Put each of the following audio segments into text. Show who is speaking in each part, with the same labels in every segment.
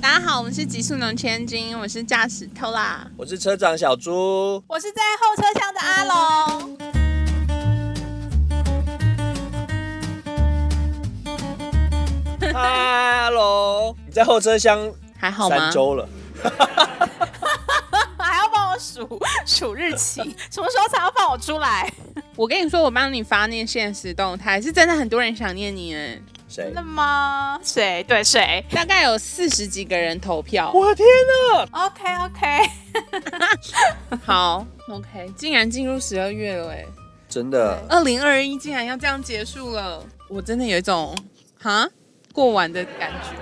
Speaker 1: 大家好，我们是极速农千金，我是驾驶偷啦，
Speaker 2: 我是车长小猪。
Speaker 3: 我是在后车厢的阿龙。
Speaker 2: Hello，你在后车厢
Speaker 1: 还好吗
Speaker 2: 三？周了，
Speaker 3: 还要帮我数数日期， 什么时候才要放我出来？
Speaker 1: 我跟你说，我帮你发那现实动态，是真的很多人想念你哎，
Speaker 2: 谁
Speaker 3: 真的？吗？谁对谁
Speaker 1: 大概有四十几个人投票。
Speaker 2: 我的天哪！
Speaker 3: ？OK OK，
Speaker 1: 好，OK，竟然进入十二月了哎，
Speaker 2: 真的，
Speaker 1: 二零二一竟然要这样结束了，我真的有一种哈过完的感觉。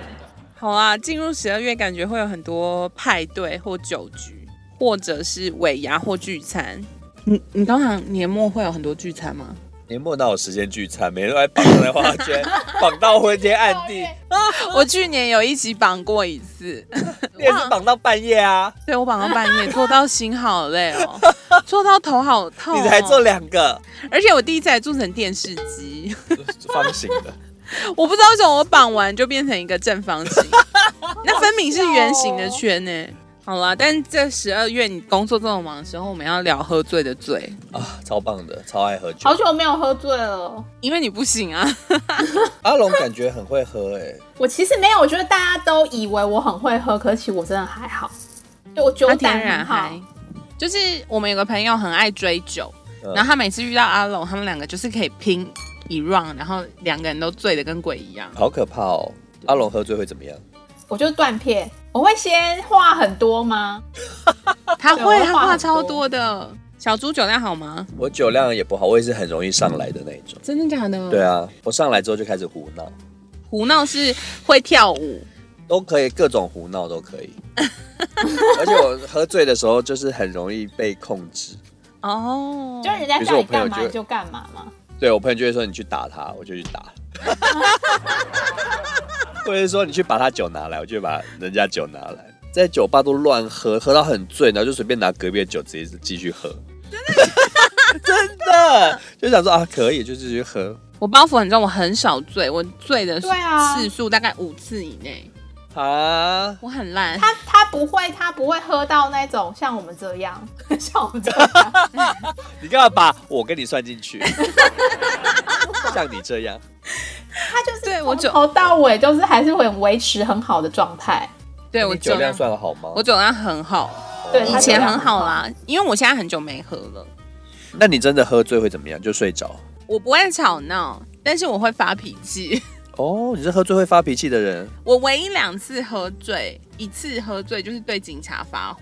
Speaker 1: 好啊，进入十二月，感觉会有很多派对或酒局，或者是尾牙或聚餐。你你通常年末会有很多聚餐吗？
Speaker 2: 年末哪有时间聚餐？每天都在绑在花圈，绑到昏天暗地，
Speaker 1: 我去年有一集绑过一次，
Speaker 2: 你也是绑到半夜啊！
Speaker 1: 对我绑到半夜，做到心好累 哦，做到头好痛、哦
Speaker 2: 你才做，两个
Speaker 1: 而且我第一次还做成电视机，
Speaker 2: 方形的，
Speaker 1: 我不知道为什么我绑完就变成一个正方形，那分明是圆形的圈呢、好啦，但这十二月你工作这么忙的时候，我们要聊喝醉的醉，
Speaker 2: 啊，超棒的，超爱喝酒。
Speaker 3: 好久没有喝醉了。
Speaker 1: 因为你不行啊。
Speaker 2: 阿龙感觉很会喝哎、
Speaker 3: 我其实没有，我觉得大家都以为我很会喝，可是其实我真的还好。对我酒
Speaker 1: 他
Speaker 3: 胆
Speaker 1: 啊天
Speaker 3: 很
Speaker 1: 然
Speaker 3: 好
Speaker 1: 嗨，，就是我们有个朋友很爱追酒，
Speaker 2: 嗯
Speaker 1: 然后他每次遇到阿龙，他们两个就是可以拼一 round，然后两个人都醉的跟鬼一样。
Speaker 2: 好可怕哦！阿龙喝醉会怎么样？
Speaker 3: 我就是断片。我会先话很多吗？
Speaker 1: 他
Speaker 3: 对
Speaker 1: 会，
Speaker 3: 我
Speaker 1: 他
Speaker 3: 话
Speaker 1: 话
Speaker 3: 很
Speaker 1: 超
Speaker 3: 多
Speaker 1: 多的。小猪酒量好吗？
Speaker 2: 我酒量也不好，我也是很容易上来的那一种。
Speaker 1: 真的假的？
Speaker 2: 对，啊，我上来之后就开始胡闹，
Speaker 1: 胡闹是会跳舞，
Speaker 2: 都可以，各种胡闹都可以。 而且我喝醉的时候就是很容易被控制，
Speaker 1: 哦，
Speaker 3: 就是人家
Speaker 2: 比如
Speaker 3: 叫
Speaker 2: 说
Speaker 3: 你
Speaker 2: 我朋友
Speaker 3: 干嘛
Speaker 2: 就
Speaker 3: 你就干嘛吗？
Speaker 2: 对我朋友就会说你去打他，我就去打， 或者是说你去把他酒拿来，我就把人家酒拿来。在酒吧都乱喝，喝到很醉，然后就随便拿隔壁的酒直接继续喝。真的，真的，就想说啊，可以，就继续喝。
Speaker 1: 我包袱很重，我很少醉，我醉的
Speaker 3: 对啊
Speaker 1: 次数大概五次以内，
Speaker 2: 啊，
Speaker 1: 我很烂。
Speaker 3: 他他不会，他不会喝到那种像我们这样， 像我们这样。
Speaker 2: 你干嘛把我跟你算进去？像你这样，
Speaker 3: 他就是
Speaker 1: 对我
Speaker 3: 从
Speaker 1: 酒
Speaker 3: 头到尾就是还是很维持很好的状态。
Speaker 1: 对我
Speaker 2: 你酒量，算得好吗？
Speaker 1: 我酒量很好，
Speaker 3: 对
Speaker 1: 以
Speaker 3: 他酒
Speaker 1: 前
Speaker 3: 量
Speaker 1: 很
Speaker 3: 很好
Speaker 1: 好啦，因为我现在很久没喝了。
Speaker 2: 那你真的喝醉会怎么样？就睡着？
Speaker 1: 我不会吵闹，但是我会发脾气。
Speaker 2: 哦，你是喝醉会发脾气的人，
Speaker 1: 我唯一两次喝醉，一次喝醉就是对警察发火，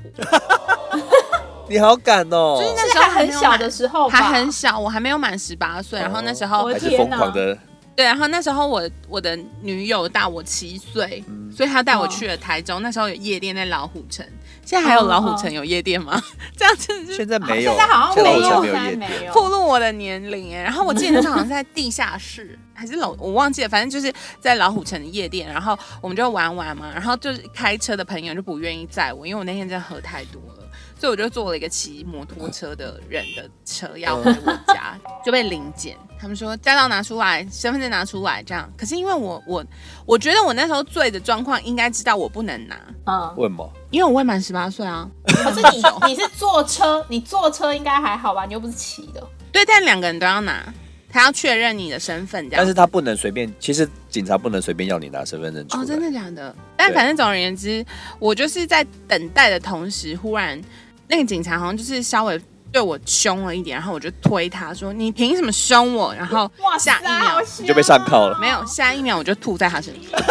Speaker 2: 你好敢哦！
Speaker 1: 就是那
Speaker 3: 但
Speaker 1: 时
Speaker 3: 是
Speaker 1: 候
Speaker 3: 还很小的时候吧，
Speaker 1: 还很小，我还没有满十八岁。然后那时候
Speaker 3: 我的
Speaker 2: 还是
Speaker 3: 天
Speaker 2: 疯
Speaker 3: 哪
Speaker 2: 狂的，
Speaker 1: 对，然后那时候我我的女友大我七岁，所以她带我去了台中。那时候有夜店在老虎城，现在还有老虎城有夜店吗？ 这样真的是
Speaker 2: 现在没有，
Speaker 3: 啊现在好像
Speaker 2: 现在
Speaker 3: 没
Speaker 2: 我才
Speaker 3: 有，
Speaker 2: 没
Speaker 3: 现
Speaker 2: 有
Speaker 3: 在
Speaker 2: 夜
Speaker 3: 没
Speaker 2: 店。
Speaker 1: 暴
Speaker 3: 有。
Speaker 1: 露我的年龄哎。然后我记得那时候好像是在地下室还是楼，我忘记了，反正就是在老虎城的夜店。然后我们就玩玩嘛，然后就是开车的朋友就不愿意载我，因为我那天真的喝太多了。所以我就坐了一个骑摩托车的人的车要回我家，就被临检。他们说驾照拿出来，身份证拿出来，这样。可是因为我我我觉得我那时候醉的状况，应该知道我不能拿，
Speaker 3: 嗯，
Speaker 2: 问嘛，
Speaker 1: 因为我未满十八岁啊。
Speaker 3: 可是你你是坐车，你坐车应该还好吧？你又不是骑的。
Speaker 1: 对，但两个人都要拿，他要确认你的身份，这样
Speaker 2: 但。是他不能随便，其实警察不能随便要你拿身份证出来。
Speaker 1: 哦，真的假的？但
Speaker 2: 对
Speaker 1: 反正总而言之，我就是在等待的同时，忽然那个警察好像就是稍微对我凶了一点，然后我就推他说：“你凭什么凶我？”然后
Speaker 3: 哇塞，
Speaker 1: 下一秒
Speaker 3: 好哦啊香
Speaker 2: 你就被上铐了
Speaker 1: 没有，下一秒我就吐在他身上，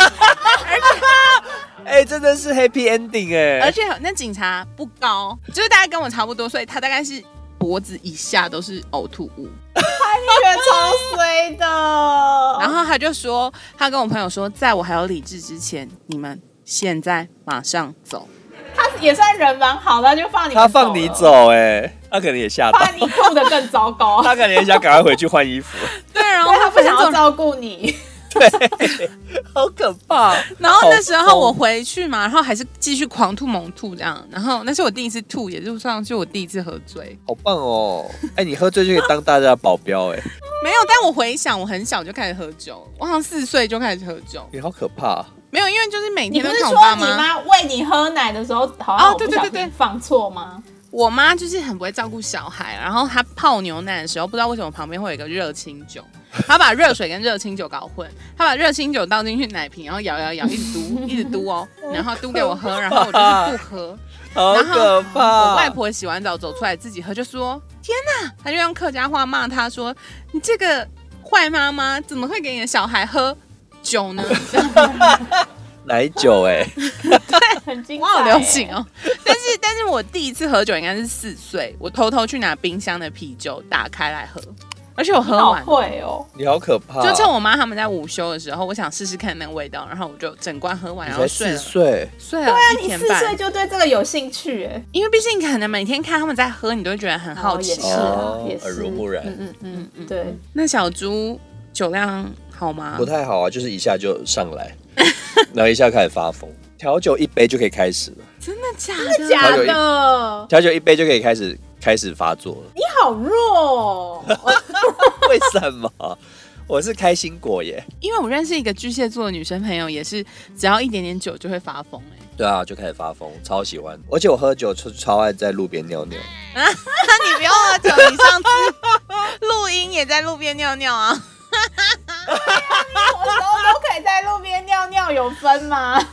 Speaker 2: 哎、真的是 happy ending 哎、
Speaker 1: 而且那警察不高，就是大概跟我差不多，所以他大概是脖子以下都是呕吐物。
Speaker 3: 我觉得超衰的。
Speaker 1: 然后他就说，他跟我朋友说，在我还有理智之前，你们现在马上走。
Speaker 3: 他也算人蛮好的，他就放你们
Speaker 2: 他放你
Speaker 3: 了，
Speaker 2: 走哎、他可能也吓到，
Speaker 3: 把你弄得更 糟糕。
Speaker 2: 他可能也想赶快回去换衣 服。
Speaker 1: 对，然后
Speaker 3: 对他不想
Speaker 1: 朋友
Speaker 3: 要照顾你，
Speaker 2: 对，好可怕。
Speaker 1: 然后那时
Speaker 2: 好
Speaker 1: 候
Speaker 2: 疯
Speaker 1: 我回去嘛，然后还是继续狂吐猛吐这样，然后那是我第一次吐，也就算是我第一次喝醉，
Speaker 2: 好棒哦！哎、你喝醉就可以当大家的保镖哎、
Speaker 1: 没有。但我回想，我很小就开始喝酒，我好像四岁就开始喝酒，
Speaker 2: 你好可怕、
Speaker 1: 没有，有，因为就是每
Speaker 3: 你
Speaker 1: 天
Speaker 3: 不
Speaker 1: 都
Speaker 3: 是
Speaker 1: 看
Speaker 3: 说
Speaker 1: 我爸
Speaker 3: 你
Speaker 1: 妈。
Speaker 3: 妈喂你喝奶的时候，好像
Speaker 1: 哦
Speaker 3: 我
Speaker 1: 对
Speaker 3: 不
Speaker 1: 对
Speaker 3: 小
Speaker 1: 对
Speaker 3: 心
Speaker 1: 对
Speaker 3: 放错吗？
Speaker 1: 我妈就是很不会照顾小孩，然后她泡牛奶的时候，不知道为什么旁边会有一个热清酒，她把热水跟热清酒搞混，她把热清酒倒进去奶瓶，然后摇摇摇，一直嘟，一直嘟 哦，然后嘟给我喝，然后我就是不喝。
Speaker 2: 好可怕！
Speaker 1: 我外婆洗完澡走出来自己喝，就说：“天哪！”她就用客家话骂她说：“你这个坏妈妈怎么会给你的小孩喝酒 呢？”
Speaker 2: 奶酒哎、
Speaker 3: 很精彩、
Speaker 1: 哇，好流行哦！ 但是但是我第一次喝酒应该是四岁，我偷偷去拿冰箱的啤酒打开来喝，而且我喝
Speaker 3: 好
Speaker 1: 完。
Speaker 3: 会哦，
Speaker 2: 你好可怕！
Speaker 1: 就趁我妈他们在午休的时候，我想试试看那个味道，然后我就整罐喝完，
Speaker 2: 你
Speaker 1: 然
Speaker 2: 才
Speaker 1: 后睡了，
Speaker 2: 四岁，
Speaker 1: 睡了
Speaker 3: 对啊，
Speaker 1: 一
Speaker 3: 你
Speaker 1: 天
Speaker 3: 四岁
Speaker 1: 半。
Speaker 3: 就对这个有兴趣哎，
Speaker 1: 因为毕竟可能每天看他们在喝，你都会觉得很好
Speaker 3: 哦也
Speaker 1: 奇。
Speaker 3: 是啊
Speaker 2: 哦，
Speaker 3: 也是
Speaker 2: 耳濡目染
Speaker 3: 嗯嗯嗯，对，
Speaker 1: 那小猪酒量好吗？
Speaker 2: 不太好啊，就是一下就上来，然后一下开始发疯。调酒一杯就可以开始了，
Speaker 1: 真的假的？
Speaker 3: 假
Speaker 2: 还有一
Speaker 3: 的，
Speaker 2: 调酒一杯就可以开始开始发作了。
Speaker 3: 你好弱哦，
Speaker 2: 为什么？我是开心果耶。
Speaker 1: 因为我认识一个巨蟹座的女生朋友，也是只要一点点酒就会发疯哎、
Speaker 2: 对啊，就开始发疯，超喜欢。而且我喝酒超超爱在路边尿尿。
Speaker 1: 那你不要喝酒，你上次录音也在路边尿尿啊。
Speaker 3: 什么时候都可以在路边尿尿，有分吗？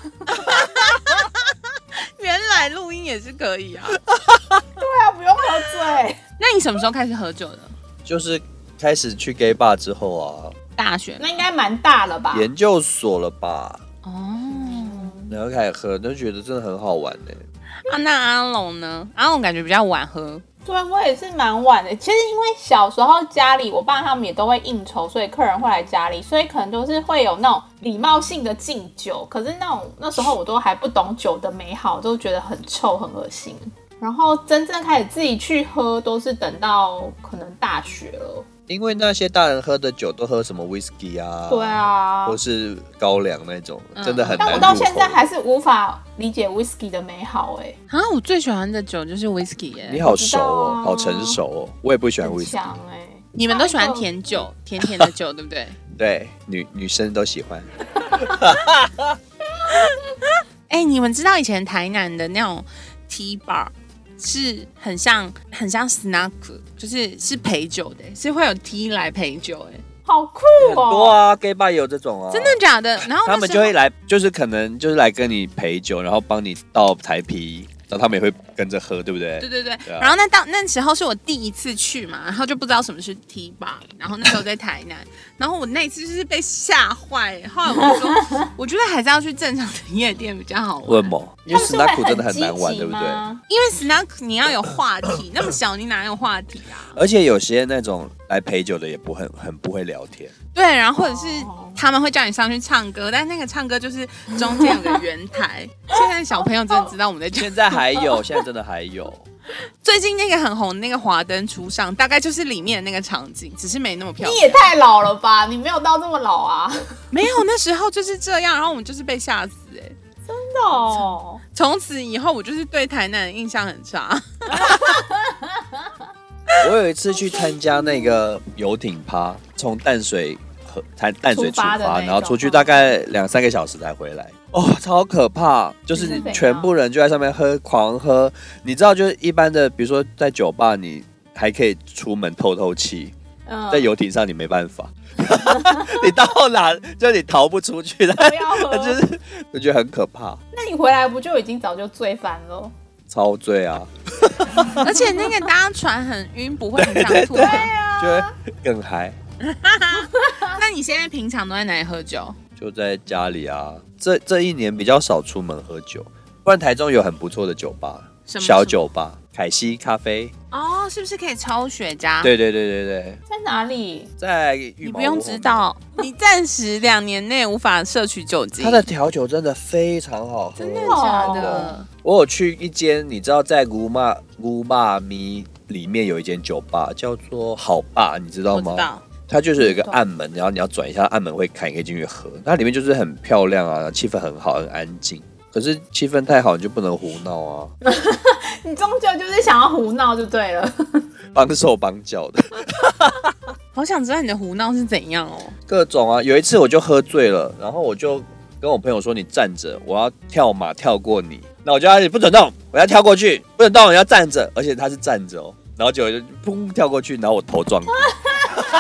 Speaker 1: 原来录音也是可以啊。
Speaker 3: 对啊，不用喝醉。
Speaker 1: 那你什么时候开始喝酒的？
Speaker 2: 就是开始去 gay bar 之后啊，
Speaker 1: 大学
Speaker 3: 那应该蛮大了吧？
Speaker 2: 研究所了吧，
Speaker 1: 哦。
Speaker 2: 然后开始喝，就觉得真的很好玩呢。
Speaker 1: 啊，那阿龙呢？阿龙感觉比较晚喝，
Speaker 3: 对，我也是蛮晚的。其实因为小时候家里我爸他们也都会应酬，所以客人会来家里，所以可能就是会有那种礼貌性的敬酒。可是那种那时候我都还不懂酒的美好，都觉得很臭很恶心。然后真正开始自己去喝，都是等到可能大学了。
Speaker 2: 因为那些大人喝的酒都喝什么 whisky 啊，
Speaker 3: 对，啊
Speaker 2: 或，是高粱那种，
Speaker 1: 嗯
Speaker 2: 真的很难入口。
Speaker 3: 但我到现在还是无法理解 whisky 的美好、欸，
Speaker 1: 啊，我最喜欢的酒就是 whisky 欸耶、
Speaker 2: 你好熟哦
Speaker 3: 我知道，啊
Speaker 2: 好成熟哦。我也不喜欢
Speaker 3: 很
Speaker 2: whisky，
Speaker 3: 强哎、
Speaker 1: 你们都喜欢甜酒，甜甜的酒，对不对？
Speaker 2: 对，女女生都喜欢。
Speaker 1: 哎、你们知道以前台南的那种 T bar 是很像很像 snack，就是是陪酒的、是会有 T 来陪酒、哎，
Speaker 3: 好酷
Speaker 2: 很
Speaker 3: 哦！
Speaker 2: 多啊，gay bar 也有这种啊，
Speaker 1: 真的。假的？然后那
Speaker 2: 他们
Speaker 1: 时
Speaker 2: 就
Speaker 1: 候
Speaker 2: 会来，就是可能就是来跟你陪酒，然后帮你倒台啤，然后他们也会跟着喝，对不对？
Speaker 1: 对对对，
Speaker 2: 对啊
Speaker 1: 然后那到那时候是我第一次去嘛，然后就不知道什么是 T bar，然后那时候在台南，然后我那一次就是被吓坏，后来我就说，我觉得还是要去正常的夜店比较好玩
Speaker 2: 问，某，因为
Speaker 3: 他们
Speaker 2: 史
Speaker 3: 是
Speaker 2: 纳
Speaker 3: 会
Speaker 2: 苦真的很
Speaker 3: 很积
Speaker 2: 难玩，
Speaker 3: 极
Speaker 2: 对不对？
Speaker 3: 吗
Speaker 1: 因为 snack 你要有话题，那么小你哪有话题啊？
Speaker 2: 而且有些那种来陪酒的也不很很不会聊天，
Speaker 1: 对，然后或者是
Speaker 3: 哦
Speaker 1: 他们会叫你上去唱歌，但那个唱歌就是中间有个圆 台，现在小朋友真的知道我们在讲
Speaker 2: 现在还有，现在真的还有，
Speaker 1: 最近那个很红的那个华灯初上，大概就是里面的那个场景，只是没那么漂亮
Speaker 3: 你。也太老了吧？你没有到这么老啊？
Speaker 1: 没有，那时候就是这样，然后我们就是被吓死哎、
Speaker 3: 真的哦，
Speaker 1: 从此以后，我就是对台南的印象很 差。
Speaker 2: 我有一次去参加那个游艇趴，从淡水和淡淡水出
Speaker 3: 出发的
Speaker 2: 发，
Speaker 3: 那一种嗯
Speaker 2: 然后出去大概两三个小时才回来。哦，超可怕！就是
Speaker 3: 你是
Speaker 2: 你
Speaker 3: 怎样
Speaker 2: 全部人就在上面喝，狂喝。你知道，就是一般的，比如说在酒吧，你还可以出门透透气，
Speaker 3: 嗯，
Speaker 2: 在游艇上你没办法， 你到哪就你逃不出去的，
Speaker 3: 不要喝。
Speaker 2: 就是我觉得很可怕，
Speaker 3: 那你回来不就已经早就醉翻 了？
Speaker 2: 超醉啊，
Speaker 1: 而且那个搭船很晕，不会很想吐。
Speaker 2: 啊
Speaker 3: 哎
Speaker 2: 就会更嗨。
Speaker 1: 那你现在平常都在哪里喝酒？
Speaker 2: 就在家里啊。这这一年比较少出门喝酒，不然台中有很不错的酒吧，
Speaker 1: 什么
Speaker 2: 小酒吧，凯西咖啡。
Speaker 1: 哦，是不是可以抽雪茄？，
Speaker 2: 对对对对对，
Speaker 3: 在哪里？
Speaker 2: 在玉
Speaker 1: 啊你
Speaker 2: 毛
Speaker 1: 不用知。道，你暂时两年内无法摄取酒精。
Speaker 2: 它的调酒真的非常好喝，
Speaker 1: 真的假的
Speaker 3: 哦？
Speaker 2: 我有去一间，你知道在古玛古玛咪里面有一间酒吧叫做好吧，你知道
Speaker 1: 我
Speaker 2: 吗？
Speaker 1: 知道。
Speaker 2: 它就是有一个暗门，然后你要转一下暗门会开，你可以进去喝。那里面就是很漂亮啊，气氛很好，很安静。可是气氛太好，你就不能胡闹啊，
Speaker 3: 你终究就是想要胡闹就对了。
Speaker 2: 帮手帮脚的
Speaker 1: 好想知道你的胡闹是怎样哦。
Speaker 2: 各种啊。有一次我就喝醉了，然后我就。跟我朋友说你站着，我要跳马跳过你，那我就要你不准动，我要跳过去，不准动，你要站着，而且他是站着哦，然后结果就砰跳过去，然后我头撞地，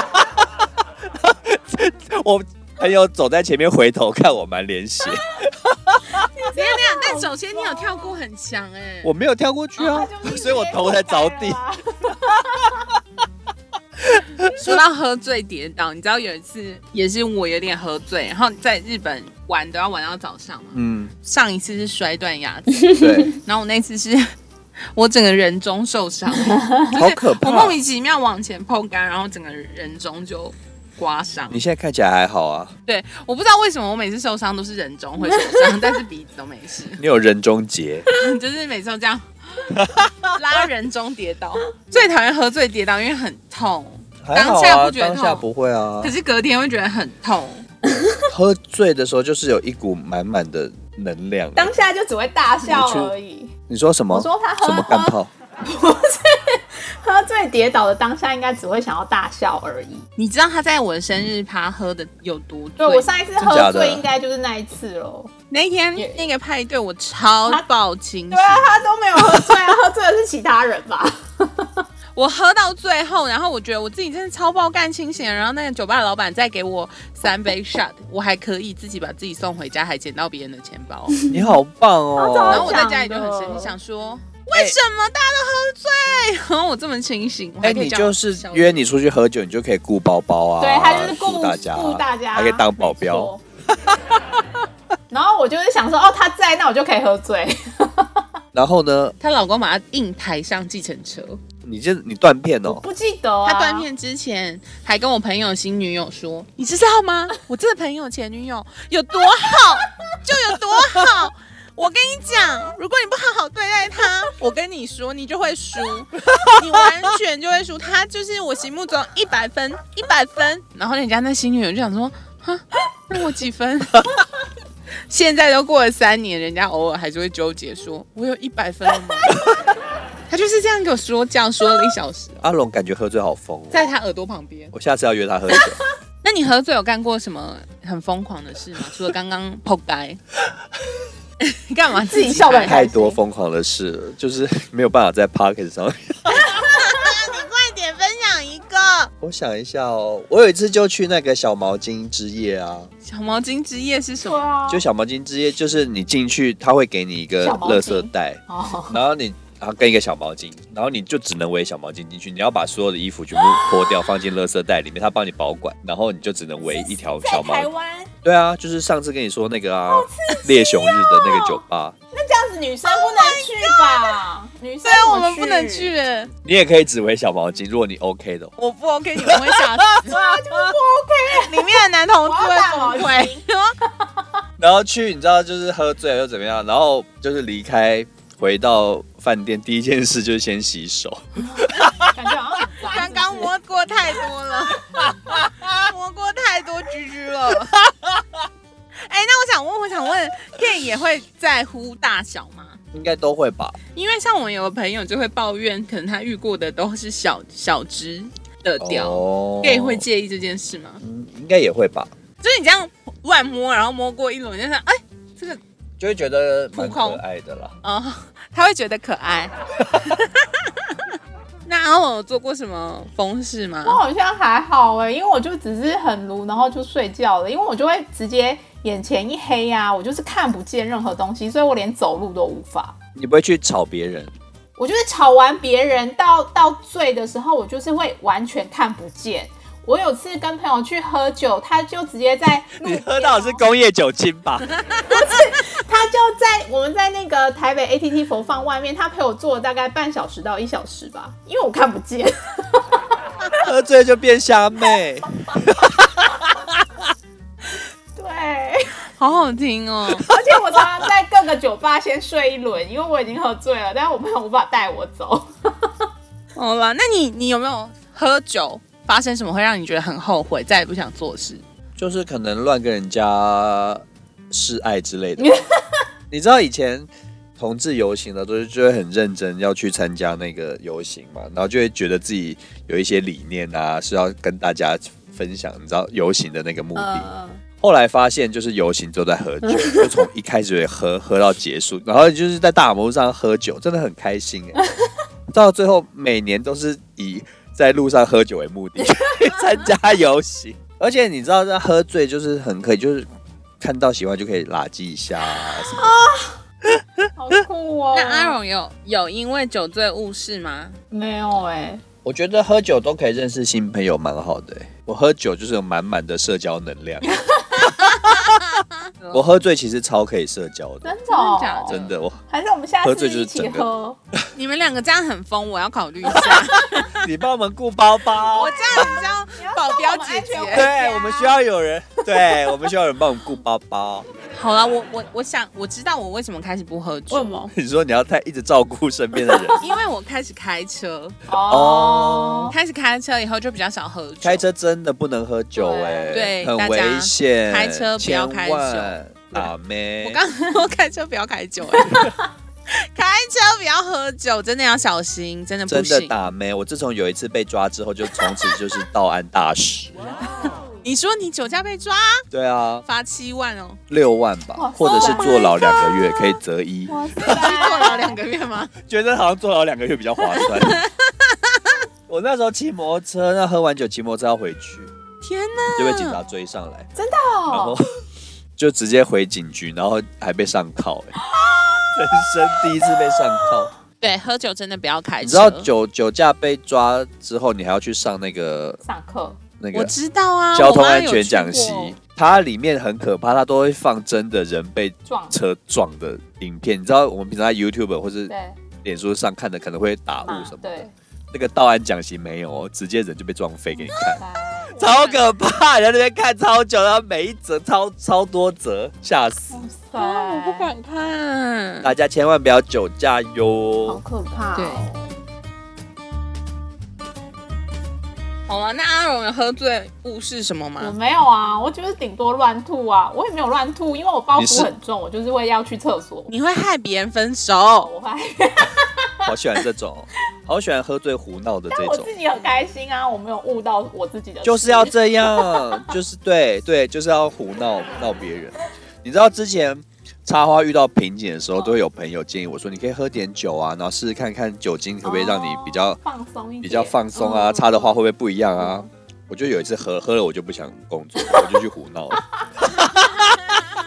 Speaker 2: 我朋友走在前面回头看我满脸血，
Speaker 1: 没有没有，但首先你有跳过很强哎、
Speaker 2: 我没有跳过去 啊
Speaker 3: 他就是，
Speaker 2: 所以我头才着地
Speaker 3: 跌。倒啊
Speaker 1: 说到喝醉跌倒，你知道有一次也是我有点喝醉，然后在日本玩都要玩到早上嘛。
Speaker 2: 嗯，
Speaker 1: 上一次是摔断牙 齿，
Speaker 2: 对，
Speaker 1: 然后我那次是 我整个人中受伤，
Speaker 2: 好 可
Speaker 1: 我
Speaker 2: 怕
Speaker 1: 莫。名其妙往前碰杆，然后整个人中就刮伤
Speaker 2: 你。现在看起来还好啊，
Speaker 1: 对，我不知道为什么我每次受伤都是人中会受 伤，但是鼻子都没事，
Speaker 2: 你有人中结，
Speaker 1: 就是每次都这样拉人中跌倒。最讨厌喝醉跌倒，因为很痛，
Speaker 2: 还好
Speaker 1: 当下
Speaker 2: 啊，
Speaker 1: 不觉得
Speaker 2: 当下
Speaker 1: 痛
Speaker 2: 不会啊
Speaker 1: 可。是隔天会觉得很痛。
Speaker 2: 喝醉的时候就是有一股满满的能量。
Speaker 3: 当下就只会大笑而已。
Speaker 2: 你说什么？
Speaker 3: 我说他喝啊
Speaker 2: 什么干炮？
Speaker 3: 不是，喝醉跌倒的当下应该只会想要大笑而已。
Speaker 1: 你知道他在我的生日趴喝的有多
Speaker 3: 对啊
Speaker 1: 醉？
Speaker 3: 我上一次
Speaker 2: 真假
Speaker 3: 喝
Speaker 2: 的
Speaker 3: 醉应该就是那一次喽。
Speaker 1: 那天
Speaker 3: 也
Speaker 1: 那个派对，我超爆清醒
Speaker 3: 对，啊，他都没有喝醉啊，喝醉的是其他人 吧？
Speaker 1: 我喝到最后，然后我觉得我自己真的超爆干清醒，然后那个酒吧的老板再给我三杯 shot，我还可以自己把自己送回家，还捡到别人的钱包。
Speaker 2: 你好棒
Speaker 3: 啊
Speaker 1: 然后
Speaker 2: 哦！
Speaker 1: 我在家里就很生气，想说为什么大家都喝醉，然 后我这么清醒？我
Speaker 2: 哎、
Speaker 1: 还可以
Speaker 2: 你
Speaker 1: 叫
Speaker 2: 就
Speaker 1: 我
Speaker 2: 是
Speaker 1: 小姐
Speaker 2: 约你出去喝酒，你就可以顾包包啊，
Speaker 3: 对他就是顾
Speaker 2: 顾大家啊，
Speaker 3: 顾大家
Speaker 2: 还可以当保镖。。
Speaker 3: 没错然后我就是想说，哦，他在，那我就可以喝醉。
Speaker 2: 然后呢，
Speaker 1: 她老公把她硬抬上计程车。
Speaker 2: 你这你断片
Speaker 3: 我
Speaker 2: 哦，
Speaker 3: 不记得、啊、
Speaker 1: 他断。片之前还跟我朋友新女友说：“ 你知道吗？我这个朋友前女友有多好，就有多好。 我跟你讲，如果你不好好对待 她，我跟你说，你就会输，你完全就会输。她就是我心目中一百分，一百分。然后人家那新女友就想说：哈，那我几分？ 现在都过了三年，人家偶尔还是会纠结说：我有一百分了吗？ 他就是这样给我说教，说了一小时。”
Speaker 2: 阿龙感觉喝醉好疯哦。
Speaker 1: 在他耳朵旁边。
Speaker 2: 我下次要约他 喝酒。
Speaker 1: 那你喝醉有干过什么很疯狂的 事吗？除了刚刚扑 街，你干嘛
Speaker 3: 自己笑得很
Speaker 1: 开？
Speaker 2: 太多疯狂的事了，就是 没有办法在 Pocket 上面。
Speaker 1: 快点分享一个
Speaker 2: 我想一下哦，我有一次就去那个小毛巾之夜啊，
Speaker 1: 小毛巾之夜是什
Speaker 3: 对
Speaker 1: 么？
Speaker 3: 啊。
Speaker 2: 就小毛巾之夜，就是你进去，他会给你一个
Speaker 3: 小毛
Speaker 2: 垃
Speaker 3: 巾
Speaker 2: 圾袋，
Speaker 3: 哦，
Speaker 2: 然后你然后跟一个小毛巾，然后你就只能围小毛巾进去，你要把所有的衣服全部脱掉，放进垃圾袋里面，他帮你保管，然后你就只能围一条
Speaker 3: 在
Speaker 2: 小毛
Speaker 3: 哎台
Speaker 2: 巾。
Speaker 3: 湾，
Speaker 2: 对啊，就是上次跟你说那个啊，
Speaker 3: 哦
Speaker 2: 猎熊日的那个酒吧，
Speaker 3: 那这样子女生不能去
Speaker 1: Oh
Speaker 3: 吧女生
Speaker 1: 虽然
Speaker 3: 怎么
Speaker 1: 啊我们不能去。，
Speaker 2: 你也可以只围小毛巾，如果你 OK 的话。
Speaker 1: 我不 OK，你们会吓 死。
Speaker 3: 对啊，就是不 OK。
Speaker 1: 里面的男同志会崩
Speaker 3: 我要打毛
Speaker 1: 溃。
Speaker 2: 然后去，你知道就是喝醉又怎么样，然后就是离开，回到饭店第一件事就是先洗手。
Speaker 3: 感觉好像很脏
Speaker 1: 刚刚摸过太多 了，摸过太多居居 了。哎、那我想问，我想问，店也会在乎大小吗？
Speaker 2: 应该都会吧？
Speaker 1: 因为像我有个朋友就会抱怨，可能他遇过的都是小小只的屌、
Speaker 2: 哦
Speaker 1: g a y 会介意这件事吗？
Speaker 2: 嗯应该也会吧，
Speaker 1: 就是你这样乱摸，然后摸过一轮，就是哎，这个
Speaker 2: 就会觉得蛮
Speaker 1: 扑
Speaker 2: 可
Speaker 1: 空
Speaker 2: 爱的啦。
Speaker 1: 哦， 他会觉得可爱。 那阿龙有做过什么风事吗
Speaker 3: 我？好像还好哎、因为我就只是很撸，然后就睡觉了，因为我就会直接眼前一黑啊，我就是看不见任何东西，所以我连走路都无法。
Speaker 2: 你不会去吵别人，
Speaker 3: 我就是吵完别人到到醉的时候，我就是会完全看不见。我有次跟朋友去喝酒，他就直接在路
Speaker 2: 你喝到的是工业酒精吧？
Speaker 3: 他就在我们在那个台北 ATT 佛放外面，他陪我坐了大概半小时到一小时吧，因为我看不见。
Speaker 2: 喝醉就变虾妹，
Speaker 3: 对。
Speaker 1: 好好听哦，
Speaker 3: 而且我常常在各个酒吧先睡一轮，因为我已经喝醉了，但是我朋友无法带我 走。
Speaker 1: 好啦，那你你有没有喝酒发生什么会让你觉得很后悔，再也不想做事？
Speaker 2: 就是可能乱跟人家示爱之类的。 你知道以前同志游行的都是就会很认真要去参加那个游行嘛，然后就会觉得自己有一些理念啊是要跟大家分享，你知道游行的那个目的。
Speaker 3: 嗯，
Speaker 2: 后来发现就是游行都在 喝酒，就从一开始喝喝到结束，然后就是在大马路上喝酒，真的很开心 哎、到最后每年都是以在路上喝酒为目的去参加游行，而且你知道，这喝醉就是很可以，就是看到喜欢就可以拉鸡一下、啊什么的。
Speaker 3: 好酷哦！
Speaker 1: 那阿荣有有因为酒醉误事吗？
Speaker 3: 没有哎、
Speaker 2: 我觉得喝酒都可以认识新朋友，蛮好的欸、我喝酒就是有满满的社交能 量。我喝醉其实超可以社交的，
Speaker 3: 真的、哦、
Speaker 1: 真的假的
Speaker 2: 真的。我
Speaker 3: 还是我们下
Speaker 2: 喝
Speaker 3: 次
Speaker 2: 醉就是
Speaker 3: 一起
Speaker 2: 整个
Speaker 3: 喝？
Speaker 1: 你们两个这样很疯，我要考虑一下。
Speaker 2: 你帮我们顾包包
Speaker 1: 我，这样比较
Speaker 3: 你要
Speaker 1: 保
Speaker 3: 送
Speaker 1: 镖
Speaker 3: 我们
Speaker 1: 姐
Speaker 3: 安全
Speaker 1: 姐
Speaker 3: 回家
Speaker 2: 对我们需要有人，对我们需要有人帮我们顾包包。
Speaker 1: 好了，我我我想我知道我为什么开始不喝
Speaker 3: 为什
Speaker 1: 酒，
Speaker 3: 么？
Speaker 2: 你说你要太一直照顾身 边的人，
Speaker 1: 因为我开始开车，
Speaker 3: 哦，
Speaker 1: 开始开车以后就比较少喝酒。
Speaker 2: 开车真的不能喝酒
Speaker 3: 对
Speaker 2: 哎、
Speaker 1: 对
Speaker 2: 很
Speaker 1: 大家
Speaker 2: 危险，
Speaker 1: 开车不要开酒
Speaker 2: 千万打妹。
Speaker 1: 我刚 刚说开车不要开 酒、欸开车不要喝酒，真的要小心，真的不
Speaker 2: 真的
Speaker 1: 行。
Speaker 2: 打妹，我自从有一次被抓之后，就从此就是到案大师。
Speaker 1: 你说你酒驾被抓，
Speaker 2: 对啊，
Speaker 1: 罚七万 哦，
Speaker 2: 六万吧
Speaker 3: 哇，
Speaker 2: 或者是坐牢两个月可以择一，
Speaker 3: 哇
Speaker 1: 去坐牢
Speaker 3: 塞！
Speaker 1: 两个月吗？
Speaker 2: 觉得好像坐牢两个月比较划 算。我那时候骑摩托车，那喝完酒骑摩托车要回去，
Speaker 1: 天哪！
Speaker 2: 就被警察追上来，然后
Speaker 3: 嗯哦
Speaker 2: 就直接回警局，然后还被上铐、 欸，人生第一次被上铐。
Speaker 1: 对，喝酒真的不要开车。
Speaker 2: 你知道酒酒驾被抓之后，你还要去上那个
Speaker 3: 上课
Speaker 2: 那
Speaker 1: 我
Speaker 2: 个
Speaker 1: 知道啊，
Speaker 2: 交通
Speaker 1: 我妈
Speaker 2: 安
Speaker 1: 有
Speaker 2: 全
Speaker 1: 去
Speaker 2: 讲
Speaker 1: 过
Speaker 2: 习，它里面很可怕，它都会放真的人被
Speaker 3: 撞，
Speaker 2: 车撞的影片。你知道我们平常在 YouTube 或是
Speaker 3: 对，
Speaker 2: 脸书上看的可能会打
Speaker 3: 骂
Speaker 2: 雾
Speaker 1: 啊
Speaker 2: 什么的
Speaker 3: 对，，
Speaker 2: 那个道安讲习没有哦，直接人就被撞飞给你看，
Speaker 3: 拜
Speaker 2: 超可怕！人在那边看超久，然后每一则超超多则，吓死！
Speaker 3: 哇
Speaker 1: 啊，我
Speaker 3: 塞，
Speaker 1: 不敢看。
Speaker 2: 大家千万不要酒驾
Speaker 3: 好
Speaker 2: 哟！
Speaker 3: 可怕、哦，
Speaker 1: 好了，那阿荣有喝醉误事什么
Speaker 3: 我
Speaker 1: 吗？
Speaker 3: 没有啊，我就是顶多乱吐啊，我也没有乱吐，因为我包
Speaker 2: 你是
Speaker 3: 袱很重，我就是会要去厕所，
Speaker 1: 你会害别人分手，
Speaker 3: 我还
Speaker 2: 好喜欢这种，好喜欢喝醉胡闹的这
Speaker 3: 我
Speaker 2: 种。
Speaker 3: 自己很开心啊，我没有悟到我自己的事，
Speaker 2: 就是要这样， 就是对对，就是要胡闹闹别人。你知道之前插花遇到瓶颈的时候，都会有朋友建议我说，你可以喝点酒啊，然后试试看看酒精可不可以让你比较、
Speaker 3: 哦放松一点，
Speaker 2: 比较放松啊，
Speaker 3: 嗯
Speaker 2: 插的话会不会不一样啊？我就有一次喝喝了，我就不想工 作，我就去胡闹了，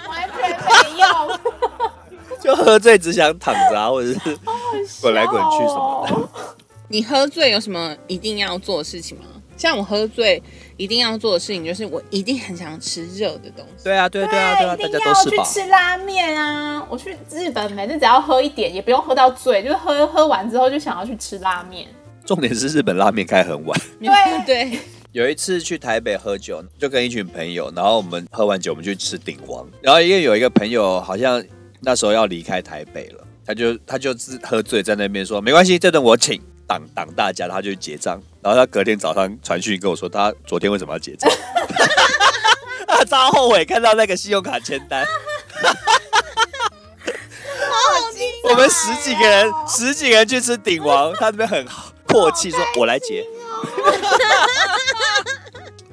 Speaker 3: 完全没有，
Speaker 2: 就喝醉只想躺着啊，或者是滚来滚去什么的。
Speaker 3: 么的，
Speaker 1: 你喝醉有什么一定要做的事情吗？像我喝醉一定要做的事情，就是我一定很想吃热的东西。
Speaker 2: 对啊，对对啊，对啊，大
Speaker 3: 一
Speaker 2: 家
Speaker 3: 定
Speaker 2: 都
Speaker 3: 要
Speaker 2: 是
Speaker 3: 去
Speaker 2: 吧？
Speaker 3: 吃拉面啊！我去日本，每次只要喝一点，也不用喝到醉，就是喝喝完之后就想要去吃拉面。
Speaker 2: 重点是日本拉面开很晚。
Speaker 3: 对
Speaker 1: 对，
Speaker 2: 有一次去台北喝酒，就跟一群朋友，然后我们喝完酒，我们去吃鼎王。然后因为有一个朋友好像那时候要离开台北了，他就他就是喝醉在那边说没关系，这顿我请，挡挡大家，他就去结账。然后他隔天早上传讯跟我说，他昨天为什么要结账？ 他超后悔看到那个信用卡签单，我们十几个人十几个人去吃鼎 王，他那边很阔气说，
Speaker 3: 哦
Speaker 2: 我来结。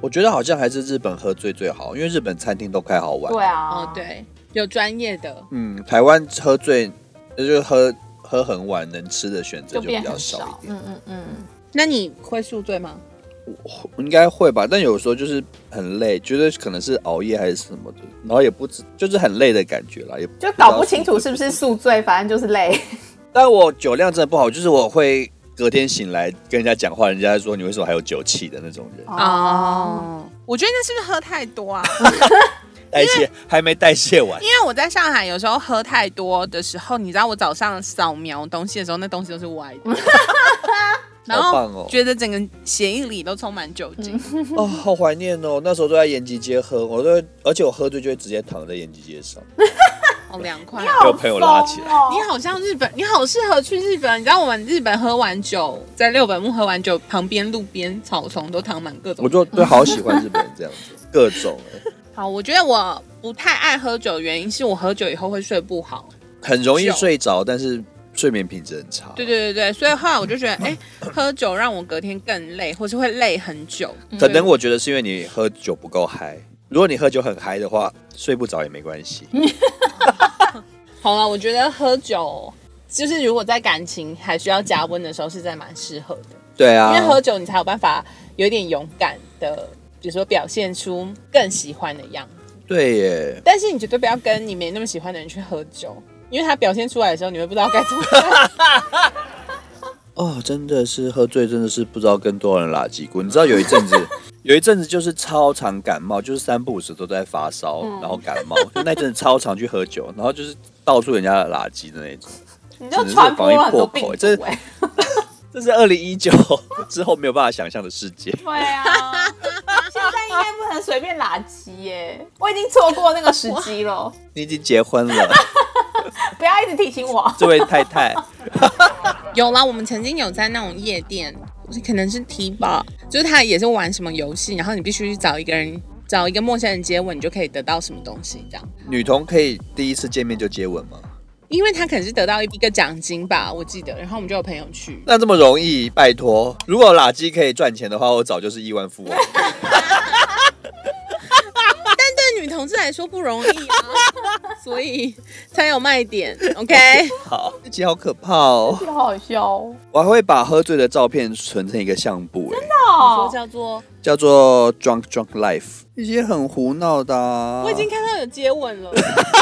Speaker 2: 我觉得好像还是日本喝醉最好，因为日本餐厅都开好晚。
Speaker 3: 对啊，
Speaker 1: 哦，对，有专业的，
Speaker 2: 嗯，台湾喝醉，那就喝喝很晚，能吃的选择
Speaker 3: 就
Speaker 2: 就比
Speaker 3: 变
Speaker 2: 较
Speaker 3: 很
Speaker 2: 少
Speaker 3: 少。
Speaker 2: 一点。
Speaker 3: 嗯嗯嗯，
Speaker 1: 那你会宿醉吗？
Speaker 2: 应该会吧，但有时候就是很累，觉得可能是熬夜还是什么的，然后也不知就是很累的感觉啦，也
Speaker 3: 就搞不清楚是不是。宿醉，反正就是累。
Speaker 2: 但我酒量真的不好，就是我会隔天醒来跟人家讲话，人家说你为什么还有酒气的那种人，
Speaker 3: 哦，，
Speaker 1: 我觉得那是不是喝太多啊？
Speaker 2: 代谢还没代谢完
Speaker 1: 因。为我在上海有时候喝太多的时候，你知道我早上扫描东西的时候，那东西都是歪的， 然
Speaker 2: 好棒哦
Speaker 1: 后觉得整个血液里都充满酒精。
Speaker 2: 哦，好怀念哦！那时候都在延吉街喝，我都会而且我喝醉就会直接躺在延吉街上，
Speaker 1: 好哦凉快。啊
Speaker 2: 被我朋友拉起来
Speaker 3: 好
Speaker 1: 你
Speaker 3: 疯哦
Speaker 1: 好像日本，你好适合去日本。你知道我们日本喝完酒，在六本木喝完酒，旁边路边草丛都躺满各种。
Speaker 2: 我就对好喜欢日本人这样子，各种、欸、
Speaker 1: 好，我觉得我不太爱喝酒，原因是我喝酒以后会睡不好。
Speaker 2: 很容易
Speaker 1: 久
Speaker 2: 睡着，但是睡眠品质很差。
Speaker 1: 对对对对，所以后来我就觉得，哎、
Speaker 2: 嗯
Speaker 1: 喝酒让我隔天更累，或是会累很久。
Speaker 2: 可能我觉得是因为你喝酒不够嗨。如果你喝酒很嗨的话，睡不着也没关系。
Speaker 1: 嗯好了，我觉得喝酒就是如果在感情还需要加温的时候，是真的蛮适合的，
Speaker 2: 对啊
Speaker 1: 因，为喝酒你才有办法有一点勇敢的，比如说表现出更喜欢的样子。
Speaker 2: 对耶，
Speaker 1: 但是你绝对不要跟你没那么喜欢的人去喝酒，因为他表现出来的时候，你会不知道该怎么办。
Speaker 2: 哦，真的是喝醉，真的是不知道跟多少人拉鸡过。你知道有一阵子，有一阵子就是超常感冒，就是三不五时都在发烧，然后感冒，就那阵子超常去喝酒，然后就是到处人家的垃圾的那种。
Speaker 3: 你就传播了很多病
Speaker 2: 只能是
Speaker 3: 毒、
Speaker 2: 防
Speaker 3: 哎，
Speaker 2: 这是二零一九之后没有办法想象的世界。
Speaker 3: 对啊，现在应该不能随便拉鸡耶，我已经错过那个时机了，
Speaker 2: 你已经结婚了，
Speaker 3: 不要一直提醒我。
Speaker 2: 这位太太，
Speaker 1: 有啦，我们曾经有在那种夜店，可能是 T bar，就是他也是玩什么游戏，然后你必须去找一个人，找一个陌生人接吻，你就可以得到什么东西这样。
Speaker 2: 女童可以第一次见面就接吻吗？
Speaker 1: 因为他可能是得到一个奖金吧，我记得。然后我们就有朋友去，
Speaker 2: 那这么容易？拜托，如果垃圾可以赚钱的话，我早就是亿万富翁。
Speaker 1: 但对女同志来说不容易啊， 所以才有卖点。OK，
Speaker 2: 好，这集好可怕哦！
Speaker 3: 这个好笑哦，
Speaker 2: 我还会把喝醉的照片存成一个相簿、哎，
Speaker 1: 说
Speaker 3: 哦
Speaker 1: 叫做
Speaker 2: 叫做 Drunk Drunk Life，一些很胡闹的、啊。
Speaker 1: 我已经看到有接吻了，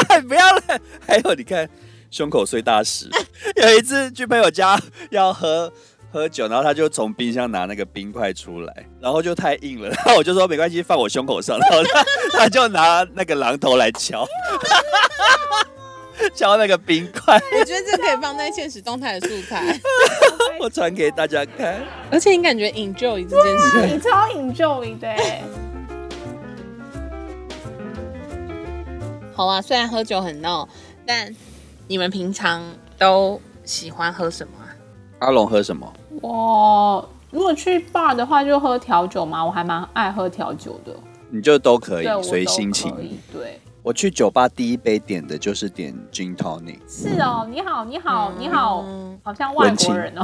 Speaker 2: 看不要了。 还有，你看胸口碎大石。 有一次去朋友家要喝喝酒，然后他就从冰箱拿那个冰块出来，然后就太硬了，然后我就说没关系，放我胸口上，然后他 他就拿那个榔头来敲， 敲那个冰块。
Speaker 1: 我觉得这可以放在现实动态的素材，
Speaker 2: 我传给大家看。
Speaker 1: 而且你感觉 enjoy 这件事。
Speaker 3: 你超 enjoy 的耶，
Speaker 1: 好啊，虽然喝酒很闹，但你们平常都喜欢喝什么啊？
Speaker 2: 阿龙喝什么？
Speaker 3: 我如果去 bar 的话，就喝调酒嘛，我还蛮爱喝调酒的，
Speaker 2: 你就都可以
Speaker 3: 对，我都
Speaker 2: 随心情
Speaker 3: 可。以，对。
Speaker 2: 我去酒吧第一杯点的就是点 gin tonic，
Speaker 3: 是哦，你好，你好，你好，好像外
Speaker 2: 文青
Speaker 3: 国人哦。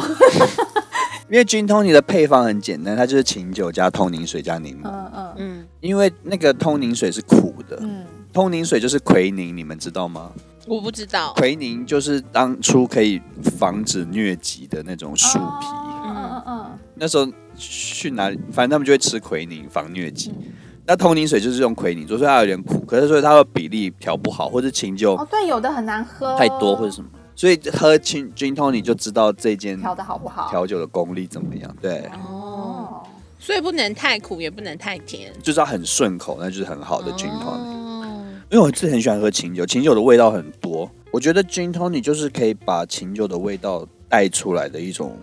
Speaker 2: 因为 gin tonic 的配方很简单，它就是清酒加通宁水加柠檬。
Speaker 3: 嗯嗯
Speaker 1: 嗯，
Speaker 2: 因为那个通宁水是苦的，
Speaker 3: 嗯，
Speaker 2: 通宁水就是奎宁，你们知道吗？
Speaker 1: 我不知道。
Speaker 2: 奎宁就是当初可以防止疟疾的那种树皮。
Speaker 3: 哦嗯嗯嗯，
Speaker 2: 那时候去哪里，反正他们就会吃奎宁防疟疾。
Speaker 3: 嗯
Speaker 2: 那通宁水就是用奎宁做，所以它有点苦，可是所以它的比例调不好，或者清酒
Speaker 3: 哦对，有的很难喝，
Speaker 2: 太多或者什么，所以喝清 gin tonic 就知道这间
Speaker 3: 调的好不好？
Speaker 2: 调酒的功力怎么样。对，
Speaker 1: 哦，
Speaker 3: 哦，
Speaker 1: 所以不能太苦，也不能太甜。
Speaker 2: 就是要很顺口，那就是很好的 gin tonic。
Speaker 1: 哦
Speaker 2: 因为我自己很喜欢喝琴酒，琴酒的味道很多。我觉得 gin tonic 就是可以把琴酒的味道带出来的一种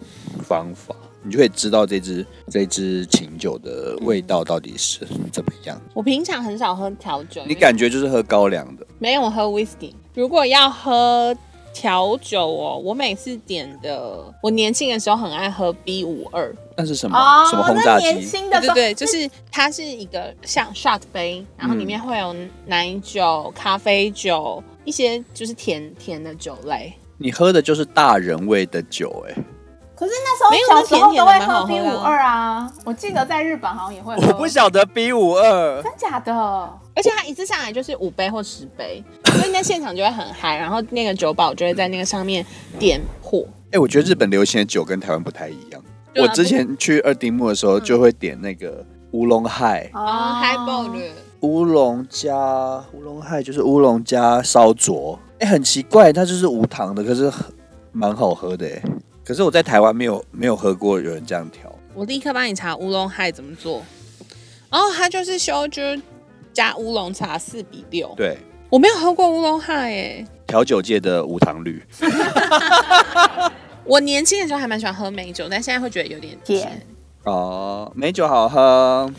Speaker 2: 方法，你就可以知道这支这支琴酒的味道到底是怎么样。
Speaker 1: 我平常很少喝调酒，
Speaker 2: 你感觉就是喝高粱的，
Speaker 1: 没有我喝 whisky。如果要喝调酒哦，我每次点的，我年轻的时候很爱喝 B 五二，
Speaker 2: 那是什么？
Speaker 3: 哦，
Speaker 2: 什么轰
Speaker 3: 那
Speaker 2: 炸
Speaker 3: 年
Speaker 2: 机？
Speaker 1: 对
Speaker 3: 轻的时
Speaker 1: 对
Speaker 3: 候，
Speaker 1: 对，就是它是一个像 shot 杯，然后里面会有奶酒、咖啡酒，一些就是甜甜的酒类。
Speaker 2: 你喝的就是大人味的酒、哎，
Speaker 3: 可是那时候
Speaker 1: 没有
Speaker 3: 小时候都会
Speaker 1: 那甜甜的蛮好
Speaker 3: 喝
Speaker 1: 喝
Speaker 3: B
Speaker 1: 的
Speaker 3: 五二啊，我记得在日本好像也会喝。
Speaker 2: 我不晓得 B 五二。
Speaker 3: 真假的？
Speaker 1: 而且它一次上来就是五杯或十杯，所以你在现场就会很嗨，然后那个酒保就会在那个上面点火。
Speaker 2: 哎、我觉得日本流行的酒跟台湾不太一样。
Speaker 1: 对啊
Speaker 2: 我之前去二丁目的时候，就会点那个乌龙海。
Speaker 1: 哦，
Speaker 3: 啊
Speaker 1: 嗨爆了！
Speaker 2: 乌龙加乌龙亥就是乌龙加烧灼，哎、很奇怪，它就是无糖的，可是很蛮好喝的哎。可是我在台湾没有没有喝过有人这样调，
Speaker 1: 我立刻帮你查乌龙嗨怎么做。哦，它就是修就加乌龙茶四比六。
Speaker 2: 对，
Speaker 1: 我没有喝过乌龙嗨诶，
Speaker 2: 调酒界的无糖绿。
Speaker 1: 我年轻的时候还蛮喜欢喝美酒，但现在会觉得有点甜
Speaker 3: 甜。
Speaker 2: 哦，美酒好喝，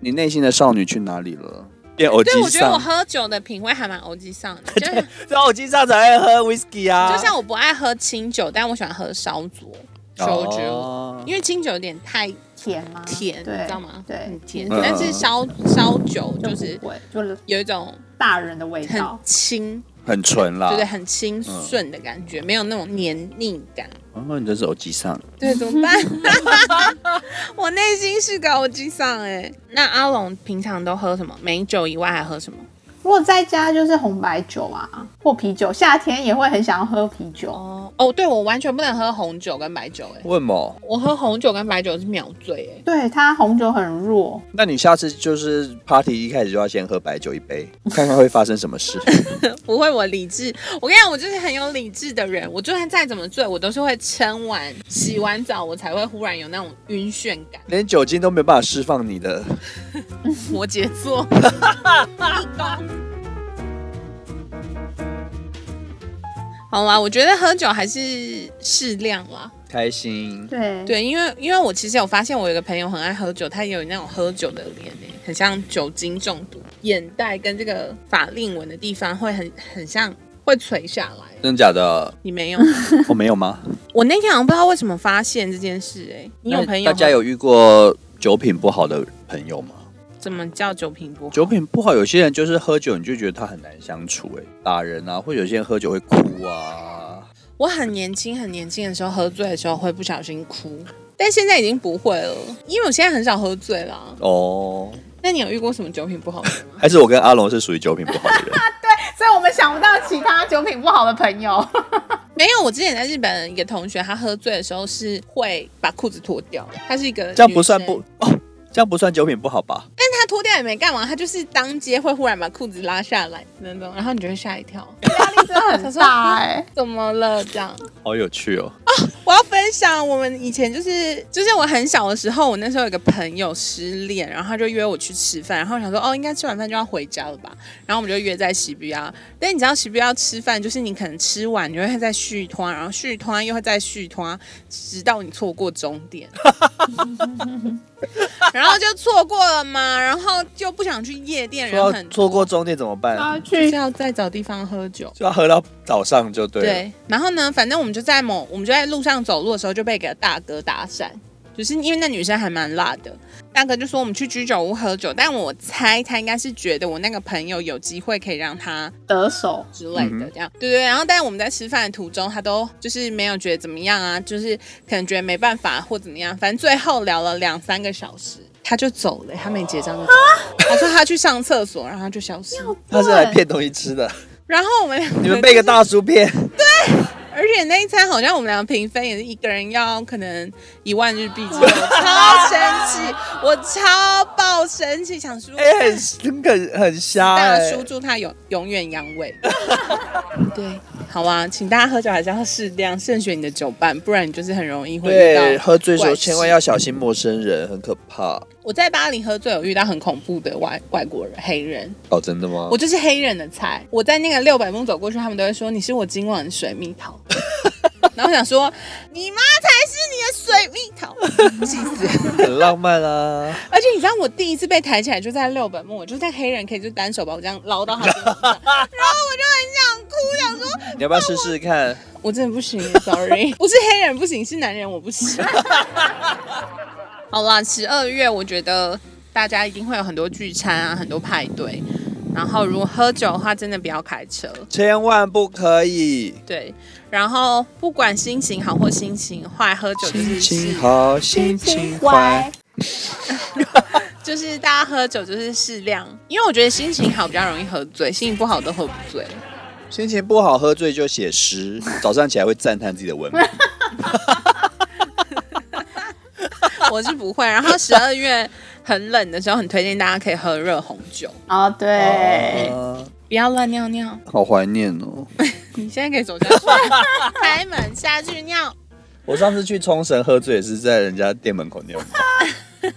Speaker 2: 你内心的少女去哪里了？变偶机
Speaker 1: 对，我觉得我
Speaker 2: 上，
Speaker 1: 喝酒的品味还蛮欧吉 上的，就是
Speaker 2: 这偶机上才爱喝 whisky 啊，
Speaker 1: 就像我不爱喝清酒，但我喜欢喝烧酒。烧酒，
Speaker 2: 哦
Speaker 1: 因为清酒有点太
Speaker 3: 甜吗？
Speaker 1: 甜，你
Speaker 3: 对，
Speaker 1: 知道吗？
Speaker 3: 对，
Speaker 1: 很甜。
Speaker 2: 嗯
Speaker 1: 但是烧烧酒就
Speaker 3: 就是不会，就是
Speaker 1: 有一种
Speaker 3: 大人的味
Speaker 1: 很
Speaker 3: 道。
Speaker 1: 清
Speaker 2: 很纯啦
Speaker 1: 对。对，很清
Speaker 2: 嗯
Speaker 1: 顺的感觉，没有那种黏腻感。
Speaker 2: 哦，你的手机上
Speaker 1: 对，怎么办？ 我内心是个我机上哎。那阿龙平常都喝什么？美酒以外还喝什么？
Speaker 3: 如果在家就是红白酒啊，或啤酒，夏天也会很想要喝啤酒。
Speaker 1: 哦哦，对我完全不能喝红酒跟白酒哎，
Speaker 2: 问某，
Speaker 1: 我喝红酒跟白酒是秒醉哎。
Speaker 3: 对，它红酒很弱，
Speaker 2: 那你下次就是 party 一开始就要先喝白酒一杯，看看会发生什么事。
Speaker 1: 不会，我理智。我跟你讲，我就是很有理智的人。我就算再怎么醉，我都是会撑完、洗完澡，我才会忽然有那种晕眩感。
Speaker 2: 连酒精都没有办法释放你的
Speaker 1: 摩羯座。 好啦，我觉得喝酒还是适量啦。
Speaker 2: 开心，
Speaker 3: 对，
Speaker 1: 对，因为因为我其实有发现，我有一个朋友很爱喝酒，他也有那种喝酒的脸诶、很像酒精中毒，眼袋跟这个法令纹的地方会很很像会垂下来。
Speaker 2: 真的假 的？
Speaker 1: 你没有？
Speaker 2: 我、没有吗？
Speaker 1: 我那天好像不知道为什么发现这件事诶、你有
Speaker 2: 那
Speaker 1: 朋友
Speaker 2: 大家有遇过酒品不好的朋友吗？
Speaker 1: 怎么叫酒品不好？
Speaker 2: 酒品不好，有些人就是喝酒你就觉得他很难相处、哎，打人啊，或者有些人喝酒会哭啊。
Speaker 1: 我很年轻，很年轻的时候喝醉的时候会不小心哭，但现在已经不会了，因为我现在很少喝醉啦。
Speaker 2: 哦，
Speaker 1: 那你有遇过什么酒品不 好的人吗？
Speaker 2: 还是我跟阿龙是属于酒品不好的 人。
Speaker 3: 所以我们想不到其他酒品不好的朋友。
Speaker 1: 没有，我之前在日本一个同学，他喝醉的时候是会把裤子脱掉，他是一个
Speaker 2: 这样不算
Speaker 1: 女
Speaker 2: 不
Speaker 1: 生，
Speaker 2: 哦，这样不算酒品不好吧？
Speaker 1: 但他脱掉也没干嘛，他就是当街会忽然把裤子拉下来那种，然后你就会吓一跳，
Speaker 3: 压力真的很大哎、
Speaker 1: 怎么了这样？
Speaker 2: 好有趣哦，
Speaker 1: 我要分享我们以前就是就是我很小的时候，我那时候有个朋友失恋，然后他就约我去吃饭，然后我想说哦，应该吃完饭就要回家了吧，然后我们就约在喜比亚。但你知道喜比亚吃饭，就是你可能吃完你会再续团，然后续团又会再续团，直到你错过终点， 然后就错过了嘛，然后就不想去夜店，
Speaker 2: 说
Speaker 1: 人
Speaker 2: 到
Speaker 1: 很多
Speaker 2: 错过终点怎么办？
Speaker 3: 然后去
Speaker 1: 就是要再找地方喝酒。
Speaker 2: 就要喝到早上就对了。
Speaker 1: 对，然后呢，反正我们就在某，我们就在路上走路的时候就被一个大哥搭讪，就是因为那女生还蛮辣的，大哥就说我们去居酒屋喝酒，但我猜他应该是觉得我那个朋友有机会可以让他
Speaker 3: 得手，
Speaker 1: 之类
Speaker 2: 嗯
Speaker 1: 的
Speaker 2: 哼
Speaker 1: 这样，对对。然后，但我们在吃饭的途中，他都就是没有觉得怎么样啊，就是可能觉得没办法或怎么样，反正最后聊了两三个小时。他就走了，他没结账就走了。他说他去上厕所，然后他就消失了。
Speaker 2: 他是来骗东西吃的，
Speaker 1: 然后我们两
Speaker 2: 你们
Speaker 1: 人
Speaker 2: 被一个
Speaker 1: 就是
Speaker 2: 大叔骗，
Speaker 1: 而且那一餐好像我们俩平分也是一个人要可能一万日币之 类的，我超生气，我超爆生气，想说。
Speaker 2: 哎、很很很瞎、
Speaker 1: 大
Speaker 2: 哎
Speaker 1: 叔祝他永永远阳 痿。对，好啊，请大家喝酒还是要适量，慎选你的酒伴，不然你就是很容易会遇到
Speaker 2: 对，喝醉的时候
Speaker 1: 怪事
Speaker 2: 千万要小心陌生人，很可怕。
Speaker 1: 我在巴黎喝醉，有遇到很恐怖的外外国人黑人，
Speaker 2: 哦，真的吗
Speaker 1: 我？就是黑人的菜。我在那个六百步走过去，他们都会说你是我今晚的水蜜 桃。然后我想说，你妈才是你的水蜜桃， 气死！
Speaker 2: 很浪漫啊！
Speaker 1: 而且你知道我第一次被抬起来就在六本木，我就在黑人可以就单手把我这样捞到他身上，然后我就很想哭，想说
Speaker 2: 你要不要试试看？
Speaker 1: 我真的不行 ，sorry，不是黑人不行，是男人我不行。 好啦，十二月我觉得大家一定会有很多聚餐啊，很多派对。然后如果喝酒的话，真的不要开车。
Speaker 2: 千万不可以。
Speaker 1: 对，然后不管心情好或心情坏，喝酒就是
Speaker 2: 心情好，心情坏，，
Speaker 1: 就是大家喝酒就是适量，因为我觉得心情好比较容易喝醉，心情不好都喝不醉。
Speaker 2: 心情不好，喝醉就写诗，早上起来会赞叹自己的文 笔。
Speaker 1: 我是不会。然后十二月很冷的时候，很推荐大家可以喝热红酒，
Speaker 3: 哦
Speaker 1: 哎
Speaker 3: 对，
Speaker 2: 啊
Speaker 1: 不要乱尿尿。
Speaker 2: 好怀念哦！
Speaker 1: 你现在可以走下去，开门下去尿。
Speaker 2: 我上次去冲绳喝醉也是在人家店门口尿尿，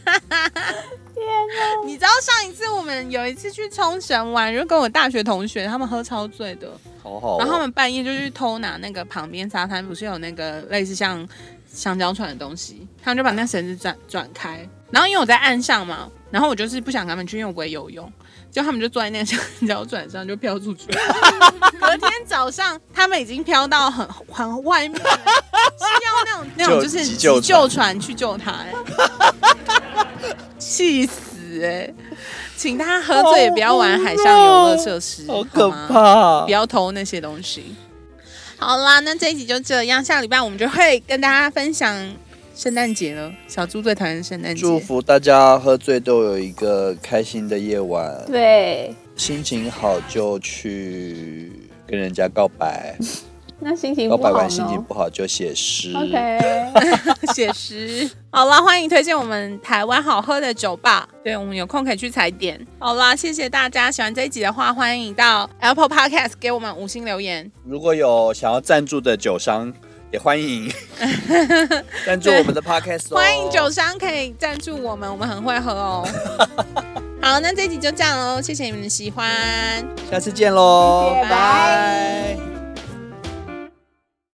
Speaker 1: 你知道上一次我们有一次去冲绳玩，就跟我大学同学他们喝超醉的，
Speaker 2: 好好、哦。
Speaker 1: 然后他们半夜就去偷拿那个旁边沙滩，不是有那个类似像香蕉船的东西，他们就把那绳子转转开。然后因为我在岸上嘛，然后我就是不想跟他们去，因为我不会游泳。就他们就坐在那个香蕉船上就 飘出去了。隔天早上，他们已经飘到很很外面了，是要那种那种
Speaker 2: 救
Speaker 1: 就是
Speaker 2: 急
Speaker 1: 急
Speaker 2: 救
Speaker 1: 救船去救他、欸，气死哎、请大家喝醉也不要玩海上游乐设施，
Speaker 2: 好可
Speaker 1: 吗
Speaker 2: 怕
Speaker 1: 不！要偷那些东西。好啦，那这一集就这样，下礼拜我们就会跟大家分享圣诞节了。小猪最讨厌圣诞节，
Speaker 2: 祝福大家喝醉都有一个开心的夜晚，
Speaker 3: 对，
Speaker 2: 心情好就去跟人家告白，
Speaker 3: 那嗯心情
Speaker 2: 告
Speaker 3: 不
Speaker 2: 白
Speaker 3: 好
Speaker 2: 完哦心情
Speaker 3: 呢
Speaker 2: 不好就写诗。
Speaker 3: ？OK，
Speaker 1: 写诗。好啦，欢迎推荐我们台湾好喝的酒吧，对我们有空可以去踩点。好啦，谢谢大家，喜欢这一集的话，欢迎到 Apple Podcast 给我们五星留言。
Speaker 2: 如果有想要赞助的酒商，也欢迎赞助我们的 podcast 哦。
Speaker 1: 欢迎酒商可以赞助我们，我们很会喝哦。 好，那这一集就这样喽，谢谢你们的喜欢。
Speaker 2: 下次见喽，
Speaker 3: 谢谢拜拜。